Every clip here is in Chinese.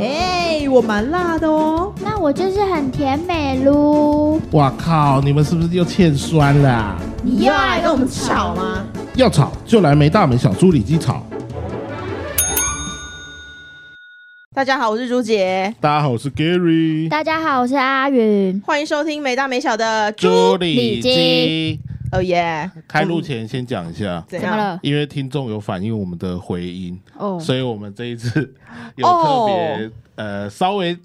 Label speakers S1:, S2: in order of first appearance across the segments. S1: 哎、我蛮辣的哦。
S2: 那我就是很甜美噜。
S3: 哇靠！你们是不是又欠酸啦、
S1: 你又要来跟我们吵吗？
S3: 要吵就来没大门小猪里鸡吵。
S1: 大家好，我是朱姐，
S3: 大家好，我是 Gary。
S2: 大家好，我是阿云。
S1: 欢迎收听没大没小的
S3: 猪
S1: 猪。
S3: 里
S2: 里鸡
S3: 鸡，
S1: 哦耶，
S3: 开录前先讲一下，
S1: 怎
S2: 怎么
S1: 样？
S2: 了？
S3: 因为听众有反映我们的回音，
S2: 哦，
S3: 所以我们这一次有特
S1: 哦
S3: 别、呃稍微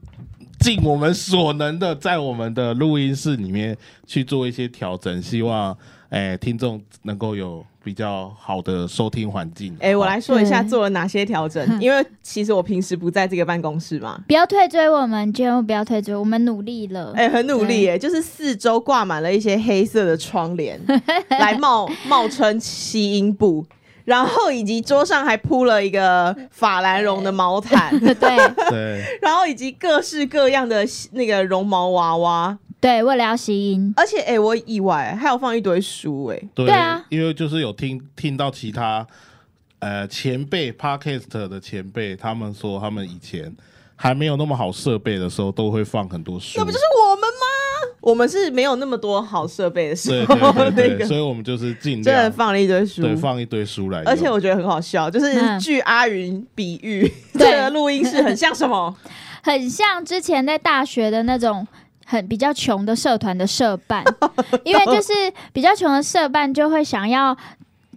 S3: 尽我们所能的，在我们的录音室里面去做一些调整，希望哎、听众能够有比较好的收听环境。
S1: 哎、我来说一下
S2: 对
S1: 做了哪些调 整，因为其实我平时不在这个办公室嘛。
S2: 不要退追我们，千万不要退追，我们努力了。
S1: 哎、很努力耶、就是四周挂满了一些黑色的窗 帘，来冒冒称吸音布，然后以及桌上还铺了一个法兰绒的毛毯，
S2: 对
S3: 对，
S1: 然后以及各式各样的那个绒毛娃娃，
S2: 对，为了要吸音，
S1: 而且哎、我意外还有放一堆书哎、
S3: 对
S2: 对啊
S3: 因为就是有听听到其他呃前辈 podcast 的前辈，他们说他们以前还没有那么好设备的时候，都会放很多书。
S1: 那不就是我们吗？我们是没有那么多好设备的时
S3: 对
S1: 候，
S3: 对对
S1: 那
S3: 对，
S1: 个
S3: 所以我们就是尽
S1: 真的
S3: 量
S1: 放了一堆书。
S3: 对放一堆书来用。
S1: 而且我觉得很好笑，就是
S2: 嗯
S1: 据阿云比喻，这
S2: 对
S1: 个录音室很像什 么？
S2: 很像之前在大学的那种。很比较穷的社团的社 办，因为就是比较穷的社办就会想要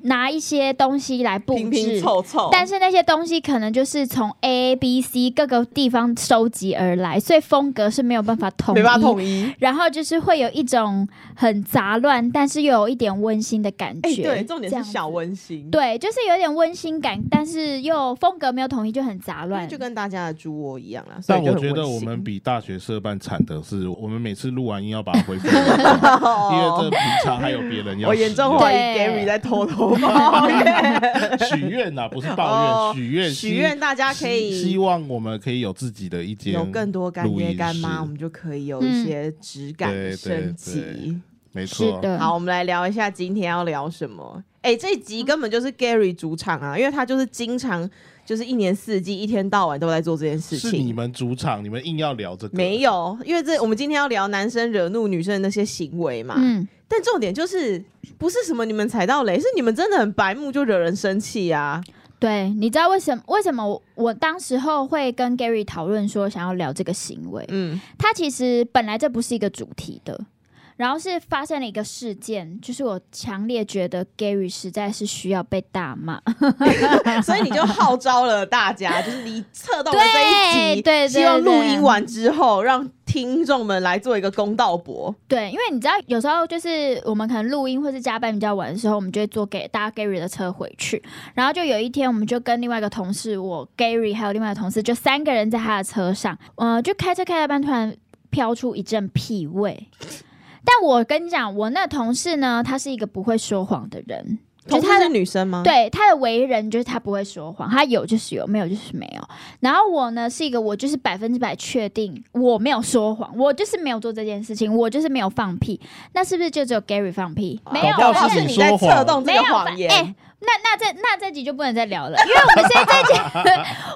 S2: 拿一些东西来布置，
S1: 拼拼凑凑，
S2: 但是那些东西可能就是从 A、B、C 各个地方收集而来，所以风格是没有办法统一。
S1: 没办法统一。
S2: 然后就是会有一种很杂乱，但是又有一点温馨的感
S1: 哎、
S2: 觉。
S1: 对，重点是
S2: 这样子
S1: 小。温馨，
S2: 对，就是有点温馨感，但是又风格没有统一，就很杂
S1: 因为
S2: 乱。
S1: 就跟大家的猪窝一样啦。所以
S3: 但
S1: 就
S3: 我
S1: 很
S3: 觉得
S1: 温
S3: 我
S1: 馨
S3: 们比大学社办惨的是，我们每次录完音要把它 恢复，因为这平常还有别人要
S1: 我
S3: 许
S1: 严重
S3: 愿
S1: 怀疑
S2: 对
S1: Gary 在偷 偷 抱怨，
S3: 许愿呐，不是抱
S1: 哦
S3: 怨，许愿
S1: 许愿，大家可
S3: 希希
S1: 以
S3: 望我们可以有自己的一间，
S1: 有更多干
S3: 录音
S1: 爹
S3: 室
S1: 干妈，我们就可以有一些质感
S3: 嗯
S1: 的
S3: 对
S1: 升
S3: 对
S1: 级。
S3: 没
S2: 是
S3: 错，
S2: 的，
S1: 好，我们来聊一下今天要聊什么。哎、这一集根本就是 Gary 主场啊，因为他就是经常就是一年四季一天到晚都在做这件事
S3: 是你
S1: 情。
S3: 们主场，你们硬要聊这个，
S1: 没有，因为这我们今天要聊男生惹怒女生的那些行为嘛。
S2: 嗯，
S1: 但重点就是不是什么你们踩到雷，是你们真的很白目就惹人生气啊。
S2: 对，你知道为什么？为什么我我当时候会跟 Gary 讨论说想要聊这个行为？
S1: 嗯，
S2: 它其实本来这不是一个主题的，然后是发生了一个事件，就是我强烈觉得 Gary 实在是需要被大骂。
S1: 所以你就号召了大家，就是你策动了这一集，
S2: 对对对
S1: 希望录
S2: 对
S1: 音完之后让听众们来做一个公道博。
S2: 对，因为你知道，有时候就是我们可能录音或是加班比较晚的时候，我们就会坐给搭 Gary 的车回去。然后就有一天，我们就跟另外一个同事，我 Gary 还有另外一个同事，就三个人在他的车上，嗯、就开车开到一半，突然飘出一阵屁味。但我跟你讲，我那同事呢，他是一个不会说谎的人，就
S1: 同
S2: 是
S1: 事
S2: 他的
S1: 是女生吗？，
S2: 对他的为人就是他不会说谎，他有就是有，没有就是没有。然后我呢是一个我就是百分之百确定我没有说谎，我就是没有做这件事情，我就是没有放屁。那是不是就只有 Gary 放屁？没有，
S3: 搞不好
S2: 我
S3: 是
S1: 是
S3: 你
S1: 你在
S3: 说
S1: 策
S3: 谎
S1: 动这
S2: 没
S1: 个
S2: 有
S1: 谎言。
S2: 哎、那那这那这集就不能再聊了，因为我们 现在这集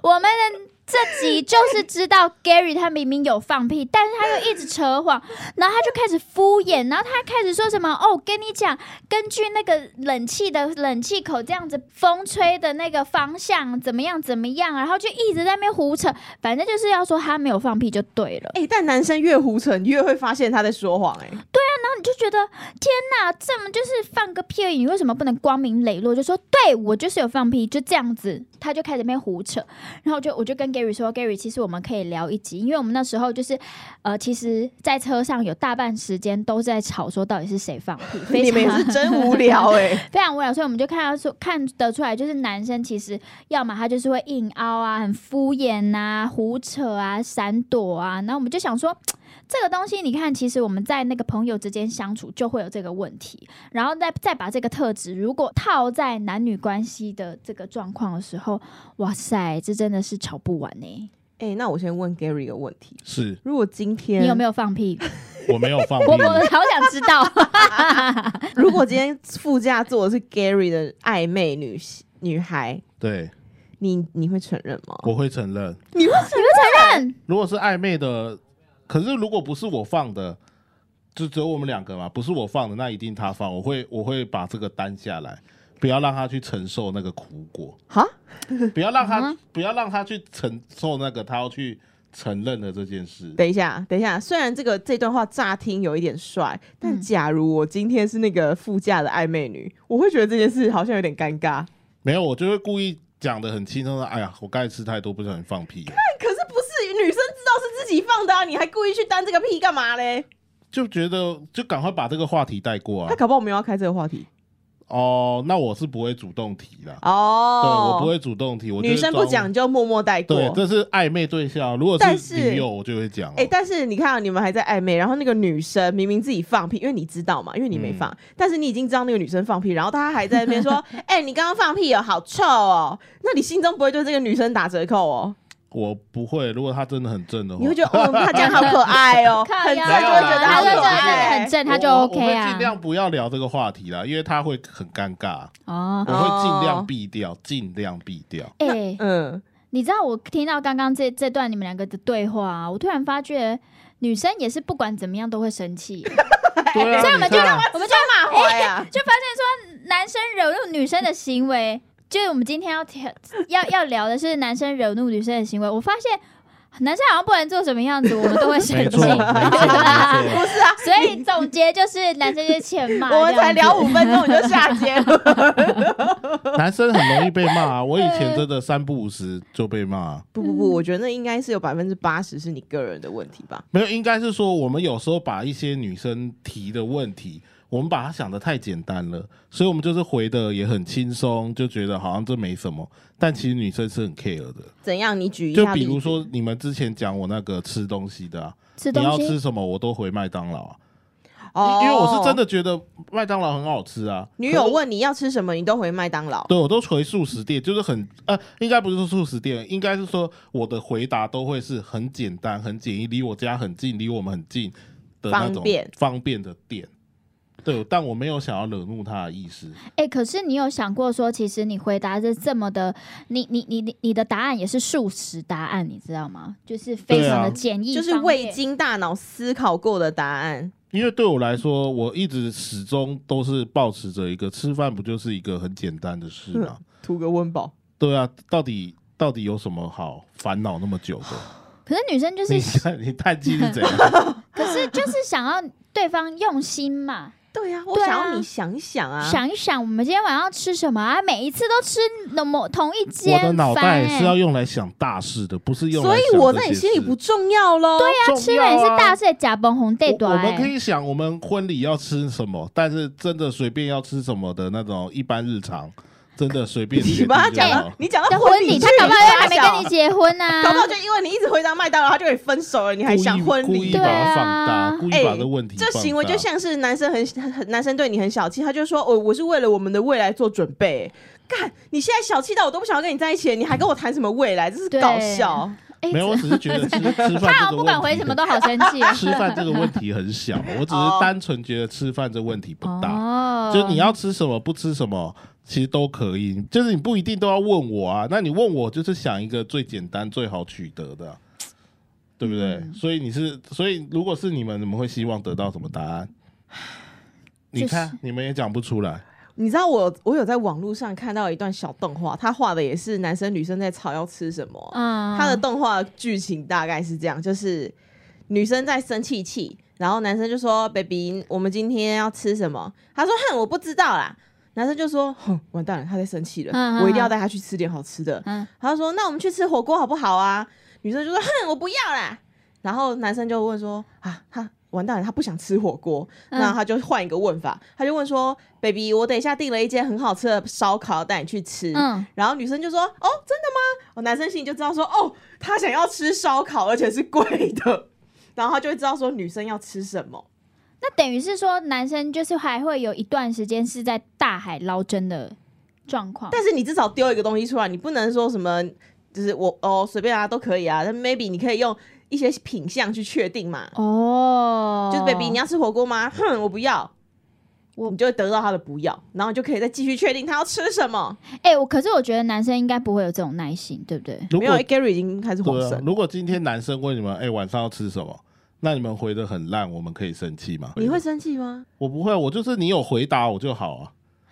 S2: 我们的。这集就是知道 Gary 他明明有放屁，但是他又一直扯谎，然后他就开始敷衍，然后他开始说什么哦，我跟你讲，根据那个冷气的冷气口这样子风吹的那个方向怎么样怎么样，然后就一直在那边胡扯，反正就是要说他没有放屁就对了。
S1: 哎、但男生越胡扯，你越会发现他在说谎、哎，
S2: 然后你就觉得天哪，这么就是放个屁而已，你为什么不能光明磊落就说对我就是有放屁，就这样子？他就开始在那边胡扯，然后我就我就跟 Gary 说，Gary，其实我们可以聊一集，因为我们那时候就是呃，其实在车上有大半时间都在吵说到底是谁放屁，非
S1: 你
S2: 常
S1: 们也是真无 聊哎、
S2: 非常无聊，所以我们就看到说看得出来，就是男生其实要么他就是会硬凹啊，很敷衍啊，胡扯啊，闪躲啊。然后我们就想说，这个东西你看，其实我们在那个朋友之间相处就会有这个问题，然后再再把这个特质如果套在男女关系的这个状况的时候，哇塞，这真的是吵不完呢、
S1: 哎、那我先问 Gary 一个问题：
S3: 是
S1: 如果今天
S2: 你有没有放屁？
S3: 我没有放 屁
S2: 我，我好想知 道。
S1: 有？如果今天副驾坐的是 Gary 的暧昧女女孩，
S3: 对，
S1: 你你会承认吗？
S3: 我会承认。
S1: 你会承认？
S2: 承认
S3: 如果是暧昧的，可是如果不是我放的，就只有我们两个嘛，不是我放的，那一定他放，我会我会把这个担下来，不要让他去承受那个苦 果，
S1: 哈，
S3: 不要让他、
S2: 嗯
S3: 不要让他去承受那个他要去承认的这件事。
S1: 等一下，等一下，虽然这个这段话乍听有一点帅，但假如我今天是那个副驾的暧昧女，我会觉得这件事好像有点尴尬。
S3: 没有，我就会故意讲的很轻松的，哎呀，我刚才吃太多，不小心放屁了，
S1: 可是不是女生知道是自己放的、啊，你还故意去担这个屁干嘛嘞？
S3: 就觉得就赶快把这个话题带过
S1: 他
S3: 啊。
S1: 搞不好没有要开这个话题
S3: 哦，那我是不会主动提啦，对
S1: 哦。
S3: 我不。会主动提，我就
S1: 女
S3: 是
S1: 生不
S3: 装
S1: 讲就默默带过。
S3: 对，这是暧昧对象。如果
S1: 但
S3: 是
S1: 是
S3: 女友，我就会讲、哦。
S1: 哎、但是你看、啊，你们还在暧昧，然后那个女生明明自己放屁，因为你知道嘛，因为你没
S3: 嗯
S1: 放，但是你已经知道那个女生放屁，然后她还在那边 说：“哎、你刚刚放屁哦，好臭哦。”那你心中不会对这个女生打折扣哦？
S3: 我不会。如果他真的很正的话，
S1: 你会觉得哦，她这样好可爱 哦，
S2: 靠腰
S1: 很正就
S3: 啊没有
S1: 会觉得好可
S3: 啦哎
S2: 他
S1: 爱
S2: 很。正，他就
S3: 我我
S2: OK
S3: 我会
S2: 啊
S3: 尽。量不要聊这个话题啦，因为他会很尴尬。
S2: 哦
S3: 我，会尽量避掉，尽量避 掉。
S2: 哎、
S1: 嗯，
S2: 你知道我听到刚刚这这段你们两个的对话、啊，我突然发觉女生也是不管怎么样都会生 气，
S3: 对啊，
S2: 所以我们就
S3: 你看
S2: 我们就
S1: 干嘛怀啊？
S2: 就发现说男生惹怒女生的行为，就是我们今天要挑要要聊的是男生惹怒女生的行为。我发现男生好像不管做什么样子，我们都会生
S3: 没
S2: 气
S3: 错，。没错，没错。
S1: 不是啊，
S2: 所以总结就是男生就是欠 骂，
S1: 我们才
S2: 这样
S1: 聊
S2: 子
S1: 五分钟你就 下结论，
S3: 男生很容易被骂、啊，我以前真的三不五时就被骂、
S1: 不不不，我觉得那应该是有百分之八十是你个人的问题吧。
S3: 没有，应该是说我们有时候把一些女生提的问题，我们把它想的太简单了，所以我们就是回的也很轻松，就觉得好像这没什么。但其实女生是很 care 的，
S1: 怎样？你举一
S3: 就
S1: 下例
S3: 比
S1: 子，
S3: 如说你们之前讲我那个吃东西的、啊，
S2: 吃
S3: 你
S2: 东
S3: 要
S2: 西
S3: 吃什么我都回麦当劳、啊，
S1: 哦，
S3: 因因为我是真的觉得麦当劳很好吃啊。
S1: 女友
S3: 可是
S1: 问你要吃什么，你都回麦当劳。
S3: 对，我都回素食店，就是很呃，应该不是说素食店，应该是说我的回答都会是很简单、很简易，离我家很近，离我们很近的那种
S1: 方便
S3: 方便的店。对，但我没有想要惹怒他的意思。
S2: 哎、可是你有想过说，其实你回答是这么的，你你你你你的答案也是素食答案，你知道吗？就是非常
S3: 对啊
S2: 的简易、
S1: 就是未。经大脑思考过的答案。
S3: 因为对我来说，我一直始终都是保持着一个吃饭不就是一个很简单的事吗？
S1: 图个温饱，
S3: 对啊，到底到底有什么好烦恼那么久 的？
S2: 可是女生就是
S3: 你，看你叹气是怎样？
S2: 可是就是想要对方用心嘛，
S1: 对呀、我
S2: 对啊
S1: 想要你想想啊，
S2: 想一想我们今天晚上要吃什么啊？每一次都吃那么同一间
S3: 我
S2: 饭、
S3: 的脑袋是要
S2: 哎
S3: 用来想大事的，不是用来
S1: 所
S3: 想
S1: 以我
S3: 这
S1: 在你
S3: 些
S1: 心里
S3: 事
S1: 不重要喽。对呀、
S2: 他吃了也是大事，假崩红对
S3: 我
S2: 短、
S3: 啊我们可以想我们婚礼要吃什么，但是真的随便要吃什么的那种一般日常，真的随便决
S1: 你
S3: 定
S1: 把他
S3: 就
S1: 讲
S3: 好
S1: 到。你讲
S2: 在
S1: 到
S2: 婚
S1: 礼
S2: 礼，
S1: 去，
S2: 他搞不好又还没
S1: 你
S2: 跟你结婚啊 呢、
S1: 搞不好就因为你一直回答麦当劳，他就跟你分手了，你还
S3: 故意
S1: 想婚
S3: 故意
S1: 礼
S3: 把？
S2: 对
S3: 它
S2: 啊
S3: 放大，故意把
S1: 哎
S3: 这问题放
S1: 这
S3: 大。
S1: 行为就像是男生很很男生对你很小气，他就说哦我、我是为了我们的未来做准备。干，你现在小气到我都不想要跟你在一起了，你还跟我谈什么未来？这是
S2: 对
S1: 搞笑。
S2: 哎
S3: 没有，我只是觉得吃
S2: 他
S3: 吃
S2: 好
S3: 饭这
S2: 像
S3: 个
S2: 不管回
S3: 问
S2: 什
S3: 题
S2: 么，都好生气
S3: 吃饭这个问题很小，我只
S1: 哦
S3: 是单纯觉得吃饭这问题不大。
S1: 嗯
S2: 哦
S3: 啊就你要吃什么不吃什么，其实都可以，就是你不一定都要问我啊。那你问我，就是想一个最简单、最好取得的，啊对不对？
S1: 嗯
S3: 所以你是，所以如果是你们，你们会希望得到什么 答案？
S2: 就是
S3: 你看，你们也讲不出来。
S1: 你知道我我有在网络上看到一段小动画，他画的也是男生女生在吵要吃什么。
S2: 嗯
S1: 他的动画剧情大概是这样，就是女生在生气气，然后男生就说：“baby，我们今天要吃什么？”他说：“哼，我不知道啦。”男生就说：“哼，完蛋了，他在生气了，
S2: 嗯嗯
S1: 我一定要带他去吃点好吃的。
S2: 嗯
S1: 他说：“那我们去吃火锅好不好啊？”女生就说：“哼，我不要啦。”然后男生就问说：“啊，他完蛋了，他不想吃火锅。
S2: 嗯
S1: 那他就换一个问法，他就问说：“baby，我等一下订了一间很好吃的烧烤，带你去吃。
S2: 嗯
S1: 然后女生就说：“哦，真的吗？”我男生心里就知道说：“哦，他想要吃烧烤，而且是贵的。” 然后他就会知道说女生要吃什么。
S2: 那等于是说，男生就是还会有一段时间是在大海捞针的状况。
S1: 但是你至少丢一个东西出来，你不能说什么，就是我哦随便啊都可以啊。但 maybe 你可以用一些品相去确定嘛。
S2: 哦，
S3: 哦
S1: 就是 baby，你要吃火锅吗？哼，我不要。
S2: 我
S1: 你就会得到他的不要，然后你就可以再继续确定他要吃什么。
S2: 哎、我可是我觉得男生应该不会有这种耐心，对不对？
S3: 如
S1: 没有
S3: 果
S1: ，Gary 已经开始晃
S3: 对啊
S1: 神，，
S3: 如果今天男生问你们，哎、晚上要吃什么？那你们回的很烂，我们可以生气吗？
S1: 你会生气吗？
S3: 我不会，啊我就是你有回答我就好啊。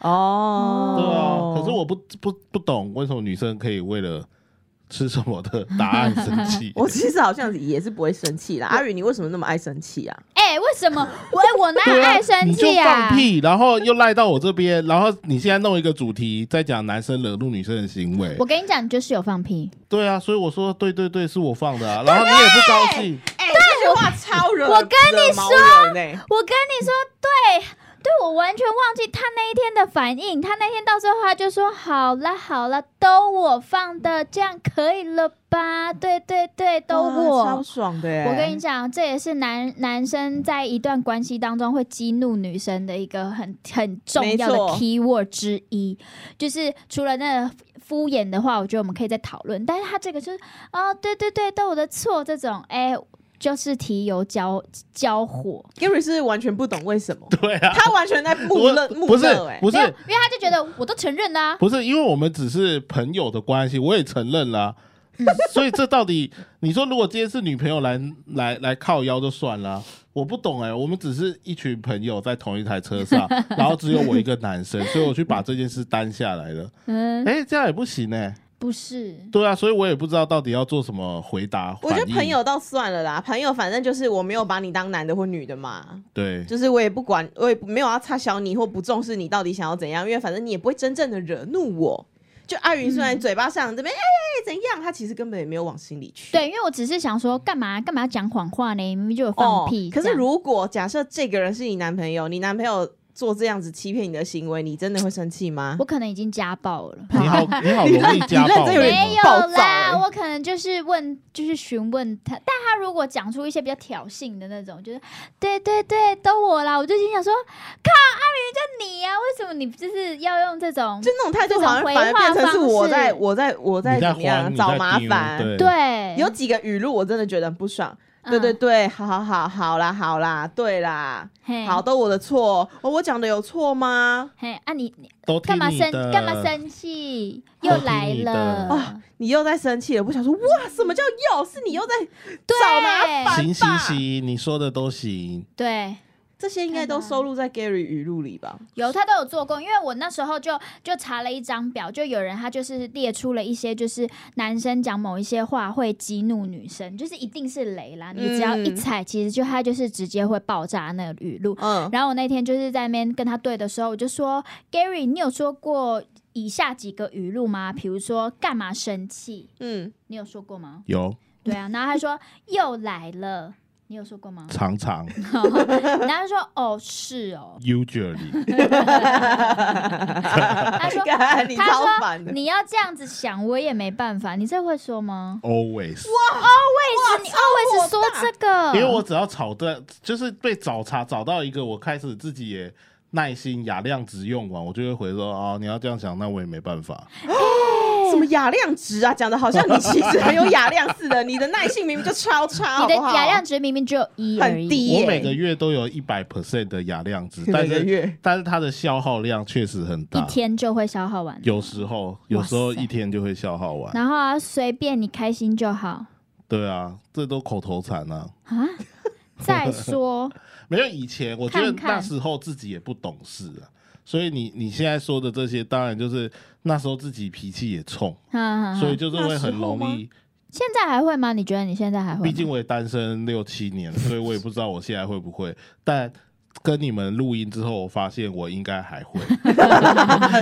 S1: 哦，。
S3: 对啊，可是我不不不懂为什么女生可以为了吃什么的答案生气
S1: 我其实好像也是不会生气啦。阿宇，你为什么那么爱生气啊？
S2: 哎、为什么？我我哪有爱生
S3: 你就
S2: 气啊？
S3: 放屁，然后又赖到我这边，然后你现在弄一个主题，再讲男生惹怒女生的行为
S2: 我，跟你讲，你就是有放屁。
S3: 对啊，所以我说对对对，是我放的啊，然后你也不高兴，
S1: 哎，这句话超惹欸
S2: 我跟
S1: 你说，
S2: 我跟你说，对，对我完全忘记他那一天的反应。他那天到最后，他就说：“好了好了，都我放的，这样可以了吧？”对对对，都
S1: 哇超
S2: 我。
S1: 爽的耶。欸
S2: 我跟你讲，这也是男男生在一段关系当中会激怒女生的一个很很重要的
S1: 没错
S2: keyword 之一。就是除了那个敷衍的话，我觉得我们可以再讨论。但是他这个就是，哦，对对对，都我的错，这种，哎，就是提油浇浇火。
S1: Gary 是完全不懂为 什么，
S3: 对啊，
S1: 他完全在木
S3: 我
S1: 讷
S3: 不
S1: 木
S3: 是
S1: 讷哎。
S3: 不
S2: 没有，
S3: 是
S2: 因为他就觉得我都承认啊啦、
S3: 不是，因为我们只是朋友的关系，我也承认啦、
S2: 嗯
S3: 所以这到底，你说如果今天是女朋友来来来靠腰就算啦、我不懂哎、我们只是一群朋友在同一台车上，然后只有我一个男生，所以我去把这件事担下来了。
S2: 嗯，
S3: 哎、这样也不行哎、
S2: 不是，
S3: 对啊，所以我也不知道到底要做什么回答。
S1: 我觉得
S3: 反应
S1: 朋友倒算了啦，朋友反正就是我没有把你当男的或女的嘛，
S3: 对
S1: 就是我也不管，我也没有要插小你或不重视你到底想要怎样，因为反正你也不会真正的惹怒我。就阿云虽
S2: 嗯
S1: 然嘴巴上这边哎哎怎样，他其实根本也没有往心里去。
S2: 对，因为我只是想说，干嘛干嘛要讲谎话呢？明明就有
S1: 哦，
S2: 放屁。
S1: 可
S2: 这
S1: 是
S2: 样
S1: 如果假设这个人是你男朋友，你男朋友做这样子欺骗你的行为，你真的会生气吗
S2: 我？可能已经家暴了，
S3: 你好，你好容易 家
S1: 你认
S3: 暴
S1: 真有点
S2: 没
S3: 哦。
S2: 有
S1: 暴躁
S2: 啦，
S1: 欸
S2: 我可能就是问，就是询问他，但他如果讲出一些比较挑衅的那种，就是对对对，都我啦，我就心想说，靠，阿明就你呀、为什么你就是要用这种
S1: 就？那种态度，好像反而变成是我在我在我在
S3: 你在
S1: 怎么样
S3: 慌，你在
S1: 找麻
S3: 丢
S1: 烦。
S3: 对，
S2: 对，
S1: 有几个语录我真的觉得很不爽。
S2: 嗯
S1: 对对，对，好好好，好啦好啦，对啦，
S2: 嘿
S1: 好，都我的错，哦我讲的有错吗？
S2: 嘿啊你，你
S3: 都听
S2: 干嘛
S3: 你
S2: 生
S3: 的
S2: 干嘛生气？
S3: 都
S2: 又
S3: 听
S2: 来
S3: 你的
S2: 了。
S1: 啊你又在生气了，我想说，哇，什么叫又？是你又在找麻烦吧？
S3: 行行行，你说的都行。
S2: 对，
S1: 这些应该都收录在 Gary 语录里吧？
S2: 有他都有做过，因为我那时候就就查了一张表，就有人他就是列出了一些，就是男生讲某一些话会激怒女生，就是一定是雷啦，你只要一
S1: 嗯
S2: 踩，其实就他就是直接会爆炸那个语录。
S1: 嗯，
S2: 然后我那天就是在那边跟他对的时候，我就说：“Gary，你有说过以下几个语录吗？比如说干嘛生气，
S1: 嗯，
S2: 你有说过吗？
S3: 有？
S2: 对啊。”然后他说：“又来了。”你有说过吗
S3: 常常
S2: 然后他说：“哦，是哦。”
S3: usually
S1: 他
S2: 说
S1: 你
S2: 他
S1: 超
S2: 说
S1: 烦的，
S2: 你要这样子想，我也没办法。你这会说吗？
S3: always，
S1: 哎
S2: 为什你 always 说这个？
S3: 因为我只要找的，就是被找茬找到一个，我开始自己也耐心雅量值用完，我就会回说哦，你要这样想，那我也没办法。
S1: 什么雅量值啊？讲的好像你其实很有雅量似的，你的耐性明明就超差，
S2: 你的
S1: 好不好
S2: 雅量值明明只有一而
S1: 很
S2: 已。
S1: 低耶，
S3: 我每个月都有一百 percent 的雅量值，但
S1: 每个
S3: 是
S1: 月。
S3: 但是它的消耗量确实很
S2: 一
S3: 大，
S2: 天就会消耗完。
S3: 有时候有时候
S2: 哇塞
S3: 一天就会消耗完。
S2: 然后啊，随便你开心就好
S3: 对啊，这都口头禅啊。
S2: 啊。 再说，
S3: 没有以前，我觉得
S2: 看看
S3: 那时候自己也不懂事啊，所以你你现在说的这些，当然就是那时候自己脾气也冲，
S2: 啊哈哈
S3: 所以就是会
S1: 那时
S3: 很
S1: 候
S3: 容易。
S2: 现在还会吗？你觉得你现在还会吗？
S3: 毕竟我也单身六七年，所以我也不知道我现在会不会，但。跟你们录音之后，我发现我应该还 会，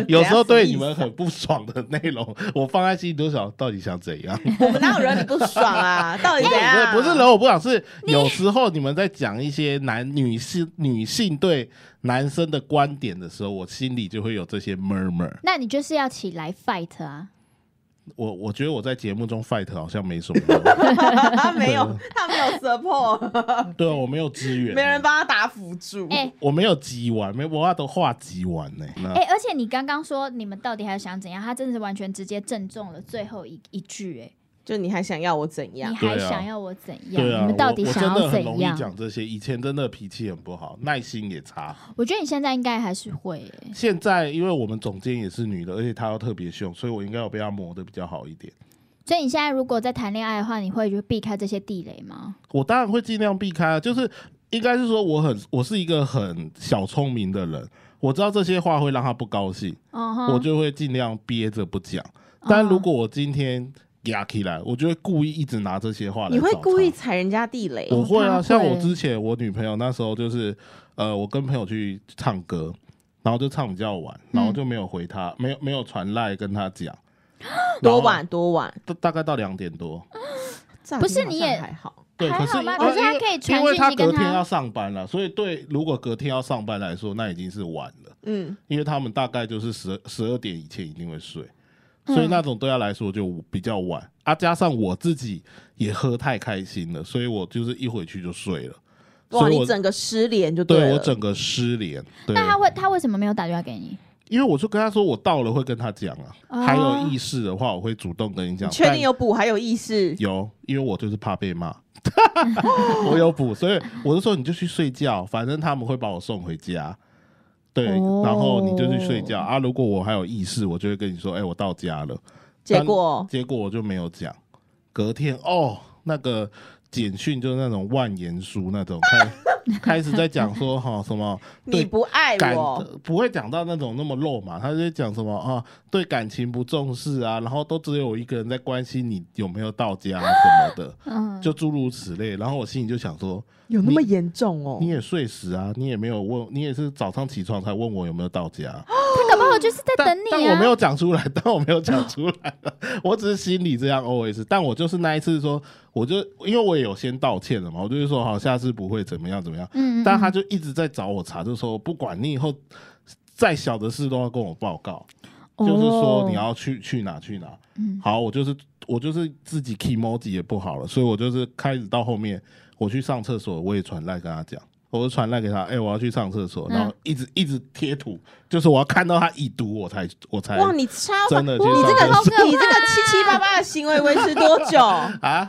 S3: 有时候对你们很不爽的内容，我放在心里多少，到底想怎样？
S1: 我们哪有惹你不爽啊？到底怎样？
S3: 不是惹哎我不爽，是有时候你们在讲一些男女性女性对男生的观点的时候，我心里就会有这些 murmur。
S2: 那你就是要起来 fight 啊！
S3: 我我觉得我在节目中 fight 好像没什么用，
S1: 他没有，他没有 support，
S3: 对啊，我没有支援，
S1: 没人，帮他打辅助。
S2: 哎、
S3: 我没有集完，没我话都话集完呢、那
S2: 哎、而且你刚刚说你们到底还想怎样？他真的是完全直接正中了最后一一句、哎，
S1: 就你还想要我怎样
S2: 你？还
S3: 对啊
S2: 想要我怎样？
S3: 对啊，
S2: 你们到底
S3: 我我
S2: 想
S3: 真
S2: 要
S3: 的很
S2: 怎
S3: 容易
S2: 样？
S3: 讲这些，以前真的脾气很不好，耐心也差。
S2: 我觉得你现在应该还是会、欸，
S3: 现在因为我们总监也是女的，而且她又特别凶，所以我应该有被她磨得比较好一点。
S2: 所以你现在如果在谈恋爱的话，你会就避开这些地雷吗？
S3: 我当然会尽量避开啊，就是应该是说我很我是一个很小聪明的人，我知道这些话会让她不高兴，
S2: 哦、
S3: 我就会尽量憋着不讲。但
S2: 嗯
S3: 如果我今天压起来，我就会故意一直拿这些话来。
S1: 你会故意？踩人家地雷？
S3: 我会
S2: 她
S3: 啊，
S2: 欸哦会
S3: 像我之前我女朋友那时候就是，呃，我跟朋友去唱歌，然后就唱比较晚，
S2: 嗯
S3: 然后就没有回她，没有没有传赖跟她 讲。啊
S1: 多晚？多晚？
S3: 大大概到两点多，
S1: 这样
S2: 不是
S1: 好
S2: 你
S1: 像
S2: 也
S1: 还好，
S3: 对，
S2: 还
S3: 可是
S2: 好吧
S3: 呃
S2: 可是他
S3: 因为
S2: 可以传
S3: 因为
S2: 讯
S3: 他
S2: 息跟
S3: 隔
S2: 他
S3: 天要上班了，所以对，如果隔天要上班来说，那已经是晚了，
S1: 嗯，
S3: 因为他们大概就是十十二点以前一定会睡，所
S2: 嗯
S3: 以那种对他来说就比较晚、啊。加上我自己也喝太开心了，所以我就是一回去就睡了，
S1: 哇，
S3: 所以
S1: 你
S3: 我
S1: 整个失联就
S3: 对
S1: 了。
S3: 我整个失联。对，
S2: 那他会他为什么没有打电话给你？
S3: 因为我就跟他说我到了会跟他讲啊，
S2: 哦
S3: 还有意识的话我会主动跟你
S1: 你
S3: 讲。
S1: 确
S3: 但
S1: 定有补还有意识？
S3: 有，因为我就是怕 被骂，我有补，所以我就说你就去睡觉，反正他们会把我送回家。对，
S2: 哦
S3: 然后你就去睡觉
S1: 哦
S3: 啊。如果我还有意识，我就会跟你说，哎、我到家了。
S1: 结果
S3: 结果我就没有讲，隔天哦，那个简讯就是那种万言书那种，开开始在讲说哈、什么对
S1: 你不爱
S3: 感
S1: 我，
S3: 不会讲到那种那么肉麻，他就会讲什么啊，对感情不重视啊，然后都只有我一个人在关心你有没有到家啊什么的，
S2: 嗯，
S3: 就诸如此类。然后我心里就想说，
S1: 有那么严重哦
S3: 你？也睡死啊，你也没有问，你也是早上起床才问我有没有到家，
S2: 他搞不好就是在
S3: 但
S2: 哦等
S3: 但
S2: 你
S3: 我
S2: 啊
S3: 没。有讲出来，但我没有讲出来，我只是心里这样 always。但我就是那一次说，我就因为我也有先道歉了嘛，我就是说好，下次不会怎么样怎么样。
S2: 嗯，嗯
S3: 但他就一直在找我查，就说不管你以后再小的事都要跟我报告，就是说
S2: 哦
S3: 你，要
S1: 哦
S3: 去去哪去哪。
S2: 嗯
S3: 好，我就是我就是自己 k emoji 也不好了，所以我就是开始到后面，我去上厕所，我也传赖跟他讲。我就传赖给他，哎、我要去上厕所，
S2: 嗯
S3: 然后一直、一直贴图，就是我要看到他已读，我才我才
S1: 哇，你超
S3: 真的去
S1: 你
S3: 上
S1: 这个
S3: 厕所
S1: 你这个七七八八的行为维持多 久？
S3: 啊，
S2: 哦